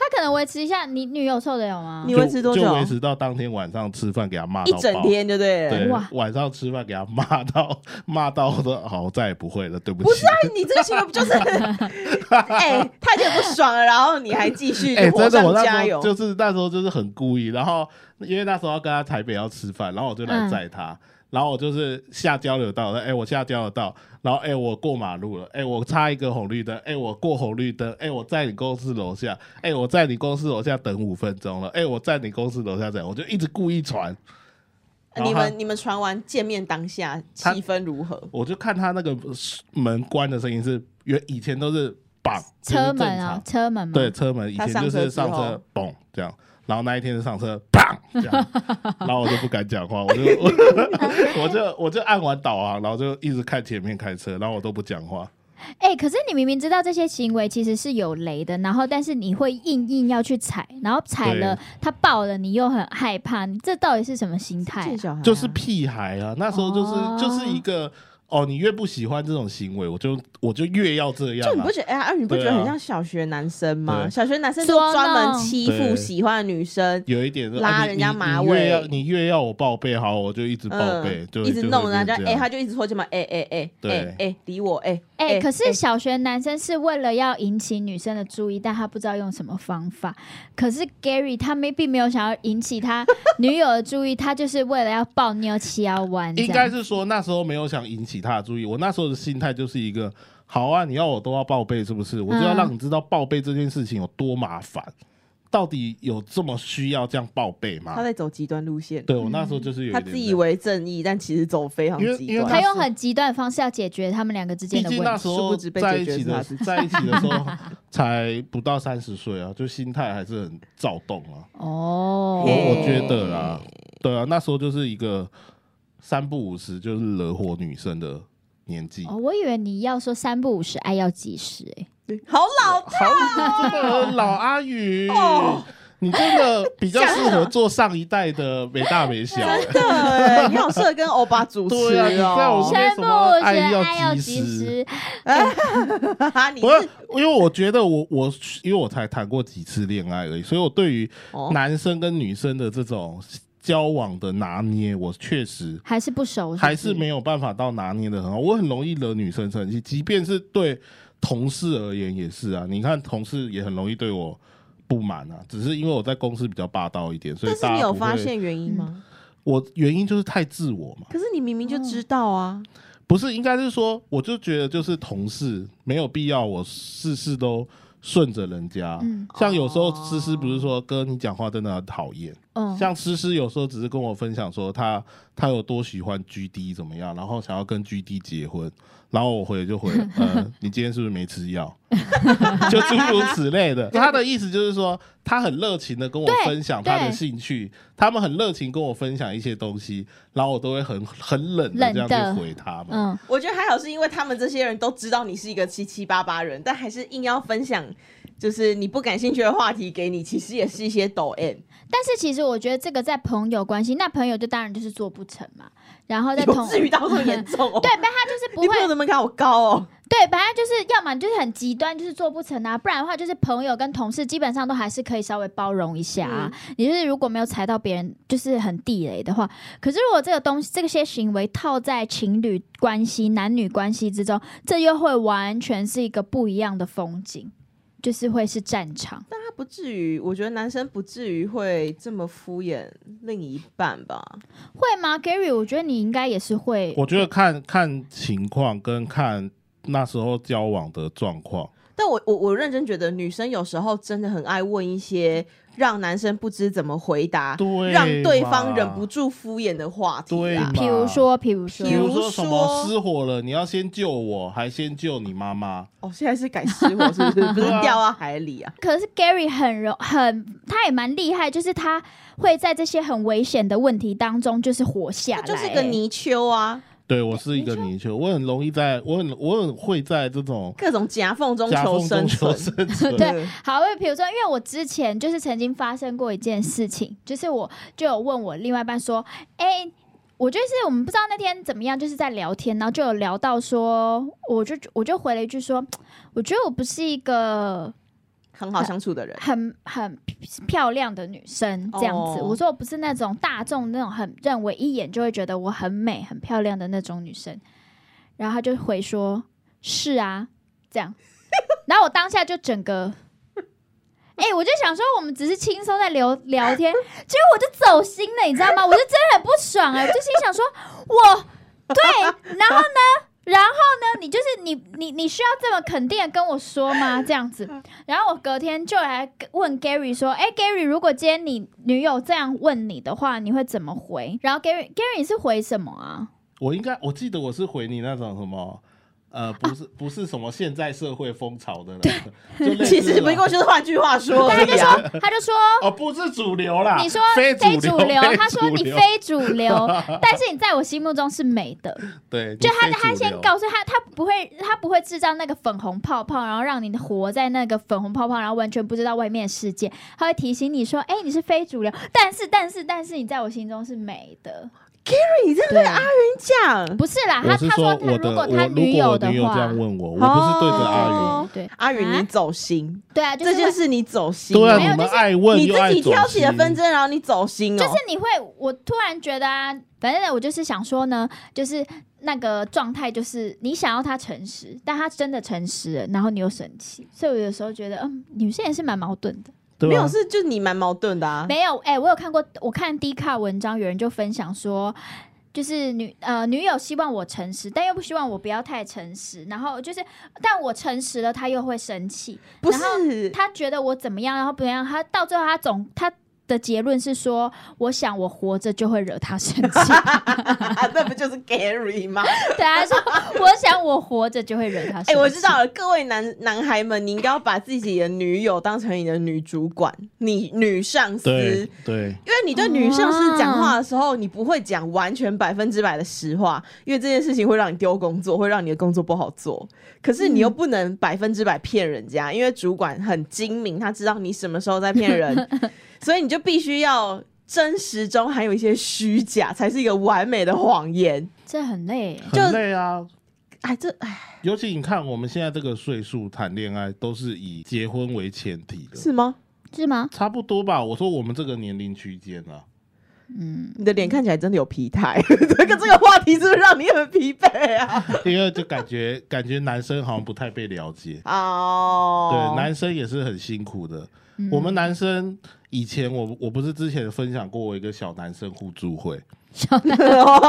S2: 他可能维持一下，你女友受得了吗
S1: 你？
S3: 就
S1: 维持多久
S3: 就维持到当天晚上吃饭给他骂
S1: 一
S3: 到爆
S1: 整，天就对了。
S3: 对
S2: 哇，
S3: 晚上吃饭给他骂到骂到我说好，我再也不会了，对不
S1: 不
S3: 起
S1: 是。啊，你这个行为不就是哎、他已经很不爽了，然后你还继续
S3: 哎、
S1: 火
S3: 真的，我
S1: 上
S3: 那
S1: 加
S3: 时
S1: 油
S3: 候，就是那时候就是很故意，然后因为那时候要跟他台北要吃饭，然后我就来
S2: 嗯
S3: 载他，然后我就是下交流道，哎、我下交流道，然后哎、我过马路了，哎、我插一个红绿灯，哎、我过红绿灯，哎、我在你公司楼下，哎、我在你公司楼下等五分钟了，哎、我在你公司楼下等，我就一直故意传，然后
S1: 你
S3: 他
S1: 们你们传完见面当下
S3: 他
S1: 气氛如何？
S3: 我就看他那个门关的声音是原以前都是绑
S2: 车门，
S3: 就是正
S2: 啊
S3: 常，
S2: 车门吗？
S3: 对，，车门以
S1: 嗯他
S3: 前
S1: 上
S3: 就
S1: 车
S3: 是
S1: 之
S3: 上车
S1: 后
S3: 嘣这样，然后那一天是上车砰这样， 然后我就不敢讲话，我就 我我就我就按完导航，然后就一直看前面开车，然后我都不讲话。
S2: 哎、可是你明明知道这些行为其实是有雷的，然后但是你会硬硬要去踩，然后踩了他爆了，你又很害怕，你这到底是什么心态啊、
S1: 见小孩啊、
S3: 就是屁孩啊，那时候就是、
S2: 哦
S3: 就是一个哦，你越不喜欢这种行为，我就我就越要这样、啊。
S1: 就你不觉得哎呀、啊你不觉得
S3: 对啊
S1: 很像小学男生吗？
S3: 对
S1: 小学男生都专
S2: 说
S1: 门
S2: 呢
S1: 欺
S3: 对
S1: 负喜欢的女生，
S3: 有一点是
S1: 拉
S3: 啊你
S1: 人家
S3: 你
S1: 马
S3: 你越
S1: 尾
S3: 要你越要我报备，好，我就一直报备，
S1: 嗯
S3: 就，
S1: 一直弄人家，哎、
S3: 哎，
S1: 他就一直搓肩膀，哎哎哎
S3: 对
S1: 哎哎，理我，哎、
S2: 哎、
S1: 哎
S2: 可是
S1: 哎
S2: 小学男生是为了要引起女生的注意，但他不知道用什么方法。可是 Gary 他没并没有想要引起他女友的注意，他就是为了要抱妞七幺弯这
S3: 应该
S2: 样。
S3: 是说那时候没有想引起他的注意，我那时候的心态就是一个，好啊，你要我都要报备是不
S1: 嗯
S3: 是？我就要让你知道报备这件事情有多麻烦，到底有这么需要这样报备吗
S1: 他？在走极端路线，
S3: 对我那时候就是有一
S1: 他
S3: 点
S1: 自以
S3: 这样，
S1: 为正义，但其实走非常
S3: 因为
S1: 极
S3: 因为
S2: 他
S1: 端。
S2: 用很极端的方式要解决他们两个之间
S3: 毕
S2: 的
S3: 竟
S2: 问
S3: 那
S2: 题。
S3: 时
S1: 殊
S3: 候
S1: 不知被
S3: 在一
S1: 解决
S3: 起
S1: 是他
S3: 的
S1: 自
S3: 在一起的时候才不到三十岁啊，就心态还是很躁动啊。
S2: 哦，
S3: 我我觉得啦，对啊，那时候就是一个三不五时就是惹火女生的年纪。
S2: 哦，我以为你要说三不五时，爱要及时、哎，
S1: 好老
S3: 好，真的老阿宇，你真的比较适合做上一代的没大没小。
S1: 真的欸，你好适合跟欧巴主持
S3: 对啊你在我
S1: 哦
S3: 身。边
S2: 生
S3: 什
S2: 不
S3: 么
S2: 如死，
S3: 爱要
S2: 爱要
S3: 及
S2: 及
S3: 时
S2: 时。
S1: 你
S3: 不
S1: 是
S3: 是，因为我觉得我我因为我才谈过几次恋爱而已，所以我对于
S1: 哦
S3: 男生跟女生的这种交往的拿捏，我确实
S2: 还是不熟
S3: 还是没有办法到拿捏的很好。我很容易惹女生生气，即便是对同事而言也是啊。你看同事也很容易对我不满啊，只是因为我在公司比较霸道一点，所以
S1: 但是
S3: 大
S1: 你
S3: 家
S1: 有
S3: 不
S1: 发
S3: 会
S1: 现原因吗？
S3: 我原因就是太自我嘛。
S1: 可是你明明就知道啊，
S3: 不是，应该是说，我就觉得就是同事没有必要，我事事都顺着人家。
S2: 嗯
S3: 像有时候诗诗不是说哥你讲话真的很讨厌，
S2: 嗯，
S3: 像诗诗有时候只是跟我分享说她她有多喜欢 GD 怎么样，然后想要跟 GD 结婚，然后我回就回， 呃，你今天是不是没吃药？ 就诸如此 类的。她的意思就是说，她很热情的跟我
S2: 对
S3: 分享她的
S2: 对
S3: 兴趣，他们很热情跟我分享一些东西，然后我都会很很冷的
S2: 冷
S3: 这样
S2: 的
S3: 去回他们。
S2: 嗯，
S1: 我觉得还好，是因为他们这些人都知道你是一个七七八八人，但还是硬要分享，就是你不感兴趣的话题给你，其实也是一些抖 N。
S2: 但是其实我觉得这个在朋友关系，那朋友就当然就是做不成嘛，然后在
S1: 有
S2: 同
S1: 至于到这么严重 哦？
S2: 对，但他就是不
S1: 你朋
S2: 会
S1: 友怎么看我高哦？
S2: 对，本来就是要么就是很极端，就是做不成啊，不然的话就是朋友跟同事基本上都还是可以稍微包容一下啊。你就是如果没有踩到别人就是很地雷的话，可是如果这个东西这些行为套在情侣关系、男女关系之中，这又会完全是一个不一样的风景，就是会是战场。
S1: 但他不至于，我觉得男生不至于会这么敷衍另一半吧？
S2: 会吗，Gary？我觉得你应该也是会。
S3: 我觉得看看情况跟看那时候交往的状况，
S1: 但我我我认真觉得，女生有时候真的很爱问一些让男生不知怎么回答，
S3: 对
S1: 让对
S3: 嘛
S1: 方忍不住敷衍的话题啊
S3: 对
S1: 啦
S3: 嘛。
S2: 比如说，比如说
S1: 比
S3: 比，
S1: 如
S3: 如说什么
S1: 说
S3: 失火了，你要先救我，还先救你妈妈。
S1: 哦，现在是改失火是不 是？不是掉到海里啊？
S2: 可是 Gary 很容很，他也蛮厉害，就是他会在这些很危险的问题当中，就是活下来、 欸
S1: 就是个泥鳅啊，
S3: 对我是一个泥鳅，我很容易在，我很我很会在这种
S1: 各种夹缝中
S3: 夹
S1: 求
S3: 缝
S1: 生
S3: 中求
S1: 存。
S3: 生存。
S2: 对好，因为比如说，因为我之前就是曾经发生过一件事情，就是我就有问我另外一半说，哎、我就是我们不知道那天怎么样，就是在聊天，然后就有聊到说，我就我就回了一句说，我觉得我不是一个
S1: 很好相处的人。
S2: 很很漂亮的女生这样子。
S1: 哦
S2: 我说我不是那种大众那种很认为一眼就会觉得我很美很漂亮的那种女生。然后他就回说：“是啊，这样。” 然后我当下就整个。哎、我就想说，我们只是轻松在聊聊天，结果我就走心了，你知道吗？我就真的很不爽哎、我就心想说，我对，然后呢，然后呢，你就是你你你需要这么肯定的跟我说吗？这样子，然后我隔天就来问 Gary 说：“哎、g a r y 如果今天你女友这样问你的话，你会怎么回？”然后 Gary Gary 你是回什么啊？
S3: 我应该我记得我是回你那种什么，呃，不是不是什么现在社会风潮的那种，就 类似
S1: 其实
S3: 那
S1: 不
S3: 种
S1: 过就是换句话说而
S2: 他就
S1: 已啊，
S2: 说，他 就说。
S3: 哦，不是主流啦，
S2: 你说
S3: 啊非主
S2: 非
S3: 流，
S2: 主流，他说你非主流， 但是你在我心目中是美的。
S3: 对，
S2: 就他
S3: 你非
S2: 他
S3: 主
S2: 先
S3: 流
S2: 告诉他，他不会他不会制造那个粉红泡泡，然后让你活在那个粉红泡泡，然后完全不知道外面的世界。他会提醒你说，哎、你是非主流，但是但是但是你在我心中是美的。
S1: 你在
S2: 对，
S3: 啊
S1: 讲
S2: 不是啦，
S3: 我
S2: 他
S3: 是
S2: 他说他
S3: 说我的，
S2: 如
S3: 我
S2: 果他
S3: 女
S2: 友的
S3: 这
S2: 话
S3: 样，问我，我不是对着阿
S1: 哦
S3: 云。
S2: 对对
S1: 阿云
S2: 啊
S1: 你走心，
S2: 对啊，就
S1: 这
S2: 是
S1: 件
S2: 会
S1: 事你走心哦，
S3: 对
S2: 没有
S3: 啊，你们
S2: 就是
S3: 爱问
S1: 你
S3: 又爱
S1: 自己
S3: 走
S1: 挑起了
S3: 心
S1: 纷争，然后你走心哦，
S2: 就是你会，我突然觉得啊，反正我就是想说呢，就是那个状态，就是你想要他诚实，但他真的诚实了，然后你又生气，所以我有时候觉得，嗯，女生也是蛮矛盾的。
S3: 对啊
S1: 没
S3: 吧
S1: 有？是就你蛮矛盾的啊。
S2: 没有，哎、我有看过，我看 D 卡文章，有人就分享说。就是女呃女友希望我诚实，但又不希望我不要太诚实。然后就是，但我诚实了，他又会生气。
S1: 不
S2: 然后
S1: 是，
S2: 他觉得我怎么样，然后不怎么样，他到最后他总他的结论是说，我想我活着就会惹他生气。
S1: 啊，那不就是 Gary 吗？
S2: 对啊，他说我想我活着就会惹他生 气。
S1: 哎、我知道了，各位男男孩们，你应该要把自己的女友当成你的女主管、你女上司，
S3: 对
S1: 因
S3: 对，
S1: 为你对女上司讲话的时候，你不会讲完全百分之百的实话，因为这件事情会让你丢工作，会让你的工作不好做。可是你又不能百分之百骗人家，因为主管很精明，他知道你什么时候在骗人， 所以你就必须要。真实中含有一些虚假，才是一个完美的谎言。
S2: 这很累。
S1: 就
S3: 很累啊。
S1: 哎，这哎
S3: 尤其你看我们现在这个岁数谈恋爱，都是以结婚为前提的，
S1: 是吗？
S2: 是吗？
S3: 差不多吧？我说我们这个年龄区间啊，
S2: 嗯，
S1: 你的脸看起来真的有疲态， 这个这个话题是不是让你很疲惫 啊？
S3: 因为就感觉感觉男生好像不太被了解。
S1: 哦
S3: 对，，男生也是很辛苦的。我们男生以前我我不是之前分享过我一个小男生互助会，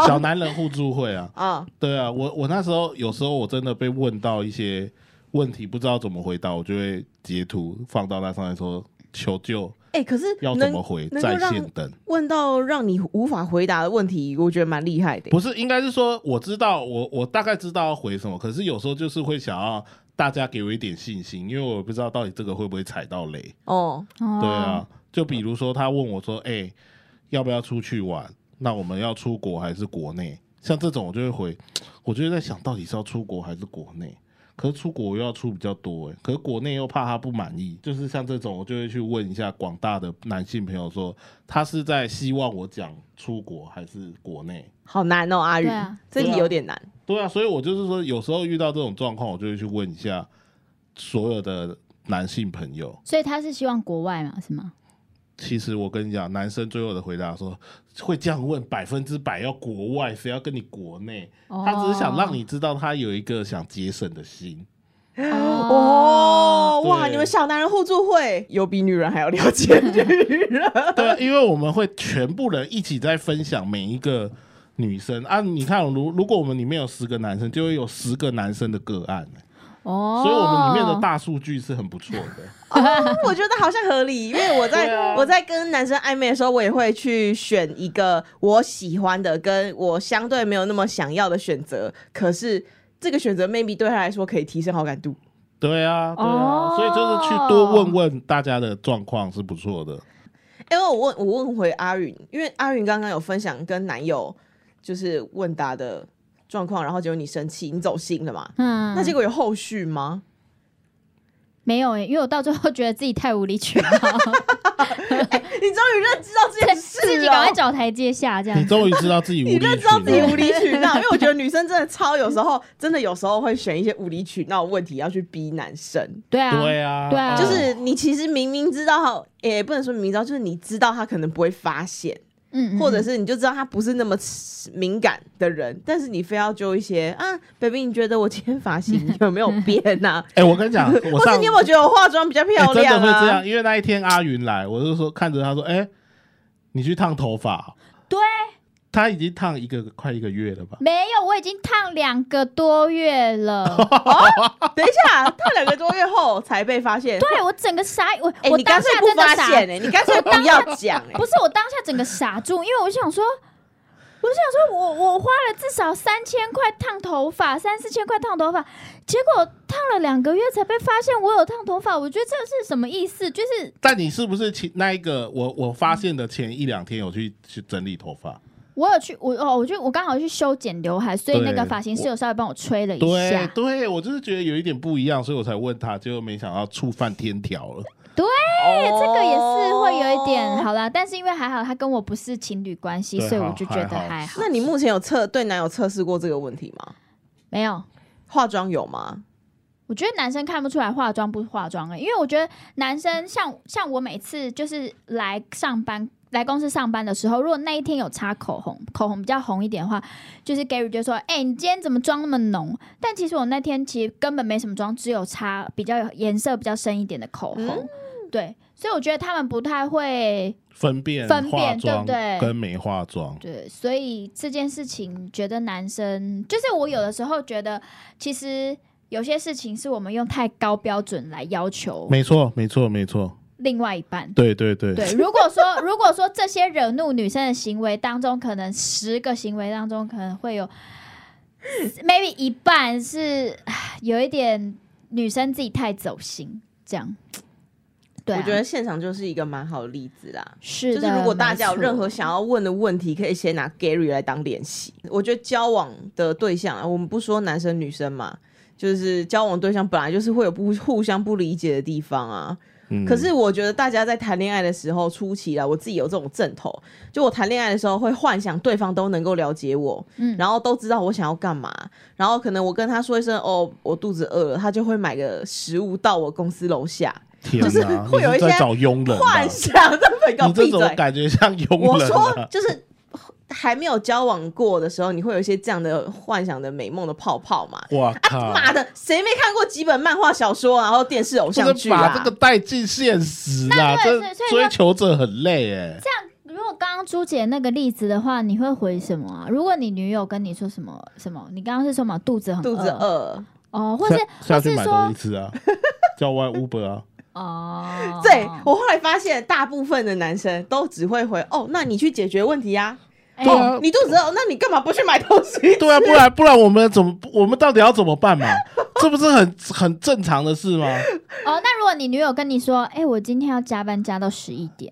S3: 小男人互助会啊，
S1: 啊，
S3: 对啊，我我那时候有时候我真的被问到一些问题，不知道怎么回答，我就会截图放到那上面说求救
S1: 哎、可是
S3: 要怎么
S1: 能
S3: 回，
S1: 能够
S3: 在
S1: 让
S3: 线等。
S1: 问到让你无法回答的问题，我觉得蛮厉害的。
S3: 不是，应该是说我知道，我我大概知道要回什么，可是有时候就是会想要大家给我一点信心，因为我不知道到底这个会不会踩到雷。
S1: 哦，
S2: 哦
S3: 对啊，，就比如说他问我说：“哎、要不要出去玩？那我们要出国还是国内？”像这种我就会回，我就会在想到底是要出国还是国内。可是出国又要出比较多哎、可是国内又怕他不满意，就是像这种我就会去问一下广大的男性朋友说，他是在希望我讲出国还是国内？
S1: 好难哦，阿宇，
S2: 对啊
S1: 这题
S3: 对啊
S1: 有点难。
S3: 对啊，所以我就是说，有时候遇到这种状况，我就会去问一下所有的男性朋友，
S2: 所以他是希望国外嘛，是吗？
S3: 其实我跟你讲，男生最后的回答说会这样问，百分之百要国外，谁要跟你国内？
S2: 哦
S3: 他只是想让你知道他有一个想节省 的心。
S2: 哦
S1: 哦，哇，
S3: 对
S1: 你们小男人互助会有比女人还要了 解女人，
S3: 对啊，因为我们会全部人一起在分享每一个女生啊。你看，如如果我们里面有十个男生，就会有十个男生的个案、
S2: 哦，
S3: 所以我们里面的大数据是很不 错的。
S1: 我觉得好像合理，因为我在、
S3: 对啊
S1: 我在跟男生暧昧的时候，我也会去选一个我喜欢的，跟我相对没有那么想要的选择。可是这个选择 maybe 对他来说可以提升好感度。
S3: 对啊，对啊，
S2: 哦
S3: 所以就是去多问问大家的状况是不 错的。
S1: 因哎为我问我问回阿云，因为阿云刚刚有分享跟男友就是问答的状况，然后结果你生气，你走心了嘛？
S2: 嗯，
S1: 那结果有后续 吗？
S2: 没有诶、因为我到最后觉得自己太无理取
S1: 啊
S2: 闹，
S1: 你终于认知到这件事
S2: 自己
S1: 了
S2: 赶快找台阶下，这样
S3: 你 终于知道自己无
S1: 你
S3: 理取
S1: 认知道自己
S3: 闹
S1: 无理取闹，因为我觉得女生真的超有时候，真的有时候会选一些无理取闹的问题要去逼男生。
S2: 对啊，
S3: 对啊，
S2: 对啊
S1: 就是你其实明明知道，也、不能说明明知道，就是你知道他可能不会发现，
S2: 嗯，嗯，
S1: 或者是你就知道他不是那么敏感的人，但是你非要揪一些啊，baby，你觉得我今天发型有没有变 啊？
S3: 哎、我跟 你讲，我
S1: 或
S3: 上
S1: 是你有没有觉得我化妆比较
S3: 哎
S1: 漂亮
S3: 真的会这
S1: 啊？
S3: 样，因为那一天阿云来，我就说看着他说，哎、你去烫头发，
S2: 对，啊
S3: 他已经烫一个快一个月了吧？
S2: 没有，我已经烫两个多月 了，
S1: 等一下，他两个多月后才被发现。
S2: 对我整个傻，我、
S1: 哎、
S2: 我
S1: 你
S2: 当
S1: 干
S2: 下
S1: 脆不
S2: 真的
S1: 发
S2: 傻，
S1: 现哎、你干脆不要讲哎、
S2: 不是我当下整个傻住，因为我就想说。我就想说我，我花了至少三千块烫头发，三四千块烫头发，结果烫了两个月才被发现我有烫头发，我觉得这是什么意思？就是
S3: 但你是不是前那一个我我发现的前一两天有去去整理头发？
S2: 我有去，我哦，我就我刚好去修剪刘海，所以那个
S3: 对
S2: 发型师有稍微帮我吹了一
S3: 对
S2: 下。
S3: 对，我就是觉得有一点不一样，所以我才问他，结果没想到触犯天条了。
S1: 哎、哦
S2: 这个也是会有一点好啦，但是因为还好他跟我不是情侣关系，
S3: 对
S2: 所以
S3: 好
S2: 我就觉得
S3: 还好
S2: 还好。
S1: 那你目前有测对男友测试过这个问题吗？
S2: 没有，
S1: 化妆有吗？
S2: 我觉得男生看不出来化妆不化妆了、欸因为我觉得男生像像我每次就是来上班。来公司上班的时候，如果那一天有擦口红，口红比较红一点的话，就是 Gary 就说：“哎、你今天怎么妆那么浓？”但其实我那天其实根本没什么妆，只有擦比较有颜色比较深一点的口红。
S1: 嗯
S2: 对，所以我觉得他们不太会
S3: 分辨
S2: 分辨
S3: 化妆
S2: 对不对
S3: 跟没化妆，
S2: 对，所以这件事情，觉得男生就是我有的时候觉得，其实有些事情是我们用太高标准来要求
S3: 没错没错没错，
S2: 另外一半。
S3: 对对对，
S2: 对，如果说 如果说这些惹怒女生的行为当中，可能十个行为当中可能会有 maybe 一半是唉有一点女生自己太走心，这样。对、啊，
S1: 我觉得现场就是一个蛮好的例子啦。
S2: 是
S1: 就
S2: 的。
S1: 是如果大家有
S2: 没错
S1: 任何想要问的问题，可以先拿 Gary 来当练习。我觉得交往的对象啊，我们不说男生女生嘛，就是交往对象本来就是会有不互相不理解的地方啊。
S3: 嗯
S1: 可是我觉得大家在谈恋爱的时候初期啦，我自己有这种阵头，就我谈恋爱的时候会幻想对方都能够了解我，
S2: 嗯
S1: 然后都知道我想要干嘛，然后可能我跟他说一声哦，我肚子饿了，他就会买个食物到我公司楼下，
S3: 天哪
S1: 就是会有一
S3: 你是在
S1: 些
S3: 找佣人吧，啊
S1: 幻想，这么搞
S3: 你这
S1: 闭
S3: 种
S1: 嘴。
S3: 感觉像佣
S1: 我
S3: 人
S1: 说
S3: 啊，
S1: 就是还没有交往过的时候，你会有一些这样的幻想的美梦的泡泡嘛？
S3: 哇靠！
S1: 妈的，谁没看过几本漫画小说啊，啊然后电视偶
S3: 不
S1: 像
S3: 能
S1: 剧
S3: 把
S1: 啊
S3: 这？个带进现实啊！
S2: 那
S3: 这
S2: 对所以
S3: 追
S2: 说
S3: 求者很累哎。
S2: 如果刚刚朱姐那个例子的话，你会回什么啊？如果你女友跟你说什么什么，你刚刚是说嘛肚子很
S1: 肚子饿，
S2: 哦，或
S3: 下
S2: 是
S3: 下
S2: 或
S3: 去
S2: 是
S3: 买东
S2: 说
S3: 西吃啊， 叫外 Uber 啊，
S2: 哦，
S1: 对我后来发现，大部分的男生都只会回哦，那你去解决问题呀、
S2: 哎
S3: 对啊
S1: 哦，你肚子饿，那你干嘛不去买东 西？
S3: 对啊，不然不然我们怎么我们到底要怎么办嘛？ 这不是很很正常的事吗？
S2: 哦，那如果你女友跟你说，哎、我今天要加班加到十一点，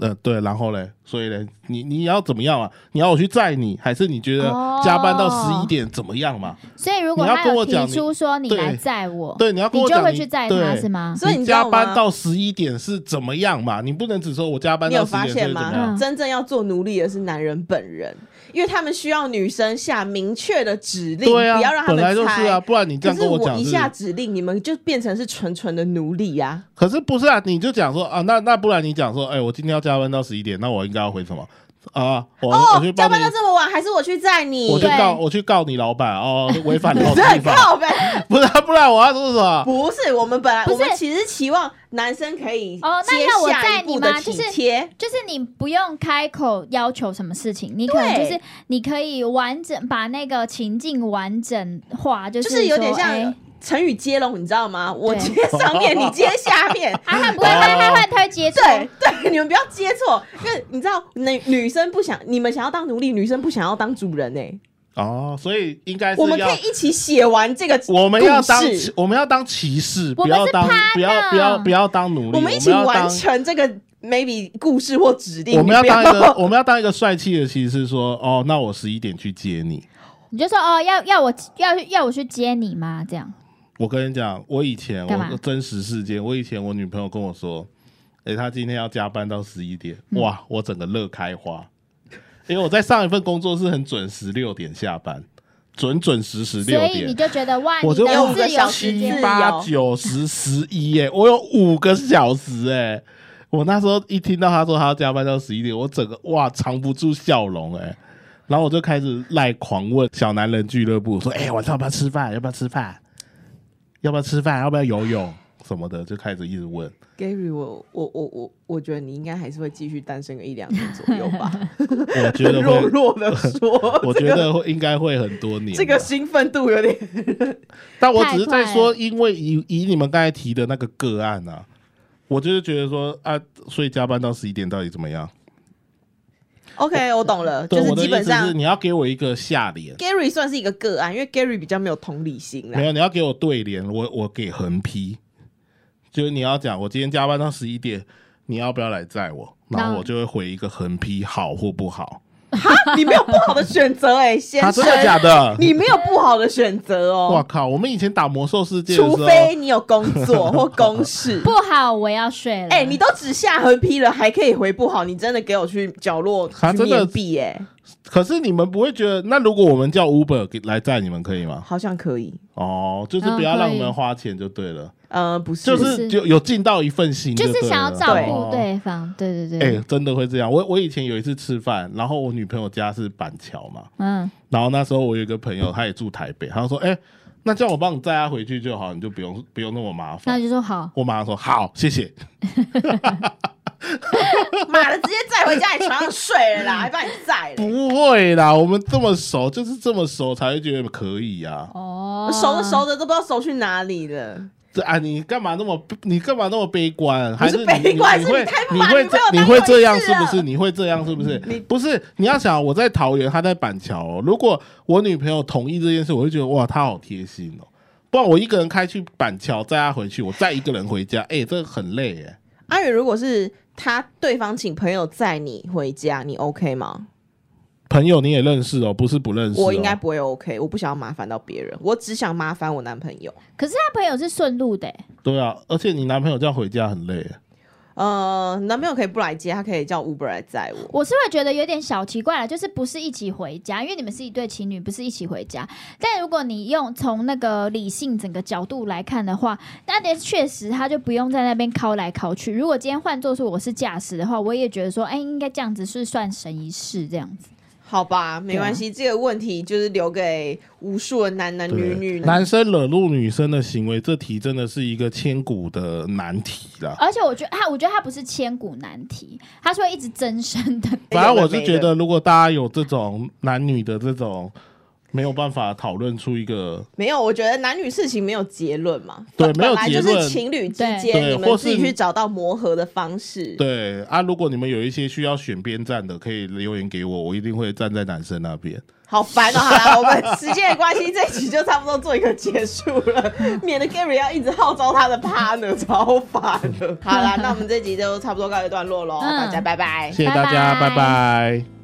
S3: 呃，对，然后嘞，所以嘞，你你要怎么样啊？你要我去载你，还是你觉得加班到十
S2: 哦
S3: 一点怎么样嘛？
S2: 所以如果
S3: 你要
S2: 她
S3: 跟我
S2: 有提
S3: 讲
S2: 出说你
S3: 对
S2: 来载我，
S3: 对，你要跟
S2: 你
S3: 我
S2: 就
S3: 讲
S2: 会
S3: 你
S2: 去载她
S3: 对
S2: 是吗？
S1: 所以
S3: 你
S1: 知道
S3: 加
S1: 吗
S3: 班到十一点是怎么样嘛？你不能只说我加班
S1: 你有
S3: 到十
S1: 发
S3: 一点
S1: 现
S3: 是怎么
S1: 吗？
S3: 样
S2: 嗯？
S1: 真正要做奴隶的是男人本人，因为他们需要女生下明确的指令，
S3: 对啊
S1: 不要让，他
S3: 本来
S1: 们
S3: 就是
S1: 猜。
S3: 啊，不然你
S1: 可
S3: 这样
S1: 是
S3: 跟
S1: 我
S3: 讲
S1: 一
S3: 是
S1: 下指令，你们就变成是纯纯的奴隶呀、
S3: 可是不是啊？你就讲说啊，那那不然你讲说，哎、我今天要加班到十一点，那我应该要回什么啊？我、我去
S1: 哦，加
S3: 帮
S1: 班，
S3: 你
S1: 到这么晚，还是我去载你？
S3: 我去
S2: 对
S3: 告我去告你老板哦，违反劳
S1: 这
S3: 基
S1: 很
S3: 法，
S1: 靠呗。
S3: 不是、啊、不然我要说什么？
S1: 不是，我们本来
S2: 不
S1: 我
S2: 是
S1: 们其实期望男生可以
S2: 哦那
S1: 接
S2: 要我
S1: 下
S2: 载
S1: 一步
S2: 你
S1: 的
S2: 吗就
S1: 体
S2: 是
S1: 贴
S2: 就是你不用开口要求什么事情，你可能就
S1: 对
S2: 是你可以完整把那个情境完整化，就
S1: 就是是有点
S2: 说哎
S1: 像啊成语接龙，你知道吗？我
S2: 对
S1: 接上面，你接下面。
S2: 啊，他不会害
S3: 哦
S2: 怕，他会接触，
S1: 对对，你们不要接错，因为你知道，女女生不想，你们想要当奴隶，女生不想要当主人呢、
S3: 哦，所以应该是
S1: 我们
S3: 要
S1: 可以一起写完这个，
S3: 我们要当
S1: 故事
S3: 骑我们要当骑士，
S2: 我
S3: 不
S2: 们
S3: 要
S2: 是
S3: 当
S2: partner
S3: 不要不要不要当奴隶，
S1: 我
S3: 我
S1: 们一起
S3: 要
S1: 完
S3: 当
S1: 成这个 maybe 故事或指令。
S3: 我们要
S1: 你不
S3: 当一个我们要当一个帅气的骑士，说哦，那我十一点去接你。
S2: 你就说哦，要要我要要我去接你吗？这样
S3: 我跟你讲，我以前
S2: 干嘛
S3: 我真实事件，我以前我女朋友跟我说，诶，她今天要加班到十一点，
S2: 嗯
S3: 哇，我整个乐开花，因为我在上一份工作是很准时六点下班，准准时时六
S2: 所以你
S3: 点。
S2: 就觉得哇，
S3: 我
S2: 你
S3: 就
S2: 的
S1: 五个
S2: 自由
S1: 小
S2: 时
S1: 时
S3: 七
S2: 间
S1: 自
S3: 八
S1: 由
S3: 九十十一耶，我有五个小时哎、我那时候一听到她说她要加班到十一点，我整个哇藏不住笑容哎、然后我就开始赖狂问小男人俱乐部说：“哎、晚上要不要吃饭？要不要吃饭？要不要吃饭？要不要游泳什么的？”就开始一直问。
S1: Gary，我我我我我觉得你应该还是会继续单身个一两年左右吧。
S3: 我 觉 得
S1: 弱
S3: 会，
S1: 弱的说，
S3: 我
S1: 这
S3: 觉
S1: 个
S3: 得会应该会很多年吧。
S1: 这个兴奋度有点
S3: 但我只是在说，因为以以你们刚才提的那个个案啊，我就是觉得说啊，所以加班到十一点到底怎么样？
S1: OK，我懂了，
S3: 对，
S1: 就是
S3: 我的
S1: 基
S3: 意
S1: 本
S3: 思是
S1: 上
S3: 你要给我一个下联，
S1: Gary 算是一个个案，因为 Gary 比较没有同理心啦
S3: 没。有，你要给我对联，我我给横批，就是你要讲我今天加班到十一点，你要不要来载我？然
S2: 那
S3: 后我就会回一个横批，好或不好。
S1: 你没有不好的选择哎、先
S3: 啊，
S1: 生
S3: 真，的假的？
S1: 你没有不好的选择
S3: 我
S1: 哦，
S3: 靠！我们以前打魔兽世界的时
S1: 除
S3: 候，
S1: 非你有工 作或公事。
S2: 不好，我要睡了。
S1: 哎、你都只下横批了，还可以回不好，你真的给我去角落
S3: 啊
S1: 去
S3: 真的
S1: 面壁哎、
S3: 可是你们不会觉得，那如果我们叫 Uber 给来载你们可以吗？
S1: 好像可以。
S3: 哦，就是
S2: 嗯
S3: 不要让
S2: 可
S3: 我
S2: 以
S3: 们花钱就对了。
S1: 呃，不是，
S3: 就是就有尽到一份心
S2: 就
S3: 对了，
S2: 是想要照顾
S3: 哦。
S2: 对方，对对
S3: 哎、
S2: 对，
S3: 真的会这样。我我以前有一次吃饭，然后我女朋友家是板桥嘛，
S2: 嗯，
S3: 然后那时候我有一个朋友，他也住台北，他就说：“哎、那叫我帮你载他回去就好，你就不用不用那么麻
S2: 那
S3: 烦。
S2: 就说好”，
S3: 我马上说：“好，谢谢。
S1: 妈的，直接载回家里床上睡了啦，还帮你载”了。
S3: 不会啦，我们这么熟，就是这么熟才会觉得可以啊。
S2: 哦
S1: 我，熟着熟着都不知道熟去哪里了。
S3: 这啊，你干嘛那么你干嘛那么悲观？还
S1: 不
S3: 你
S1: 是悲观
S3: 你
S1: 是
S3: 会
S1: 你太不
S3: 你
S1: 把
S3: 会
S1: 女
S3: 这
S1: 朋友
S3: 你
S1: 当
S3: 会
S1: 回
S3: 这
S1: 事
S3: 样是不
S1: 了
S3: 是？你会这样是不是
S1: 啊嗯你？
S3: 不是，你要想我在桃园，他在板桥哦、如果我女朋友同意这件事，我会觉得哇，她好贴心哦。不然我一个人开去板桥载她回去，我再一个人回家，哎、这很累耶。
S1: 阿宇，如果是他对方请朋友载你回家，你 OK 吗？
S3: 朋友你也认识哦，不是不认识、哦。
S1: 我应该不会 OK，我不想要麻烦到别人，我只想麻烦我男朋友。
S2: 可是他朋友是顺路的、欸，
S3: 对啊，而且你男朋友这样回家很累耶。
S1: 呃，男朋友可以不来接，他可以叫 Uber 来载我。
S2: 我是会觉得有点小奇怪了，就是不是一起回家，因为你们是一对情侣，不是一起回家。但如果你用从那个理性整个角度来看的话，那的确实他就不用在那边敲来敲去。如果今天换做是我是驾驶的话，我也觉得说，哎、应该这样子是算神一世这样子。
S1: 好吧，没关系，这个问题就是留给无数的男男女
S3: 对
S1: 女。
S3: 男生惹怒女生的行为，这题真的是一个千古的难题啦。
S2: 而且我觉得啊他，我觉得他不是千古难题，他是会一直增生的。
S3: 反正我是觉得，如果大家有这种男女的这种没有办法讨论出一个
S1: 没有，我觉得男女事情没有结论嘛，
S3: 对
S1: 本
S3: 没有
S1: 本来
S3: 结
S1: 就是
S3: 论
S1: 情侣之
S2: 对
S1: 间，
S3: 对
S1: 你
S3: 或
S1: 们自己
S3: 是
S1: 去找到磨合的方式。
S3: 对啊，如果你们有一些需要选边站的，可以留言给我，我一定会站在男生那边。
S1: 好烦哦！好啦，我们时间的关系，这一集就差不多做一个结束了，免得 Gary 要一直号召他的 partner，超烦的。好啦，那我们这集就差不多告一段落喽，
S2: 嗯
S1: 大家拜拜。
S3: 谢谢大家，
S2: 拜拜
S3: 拜拜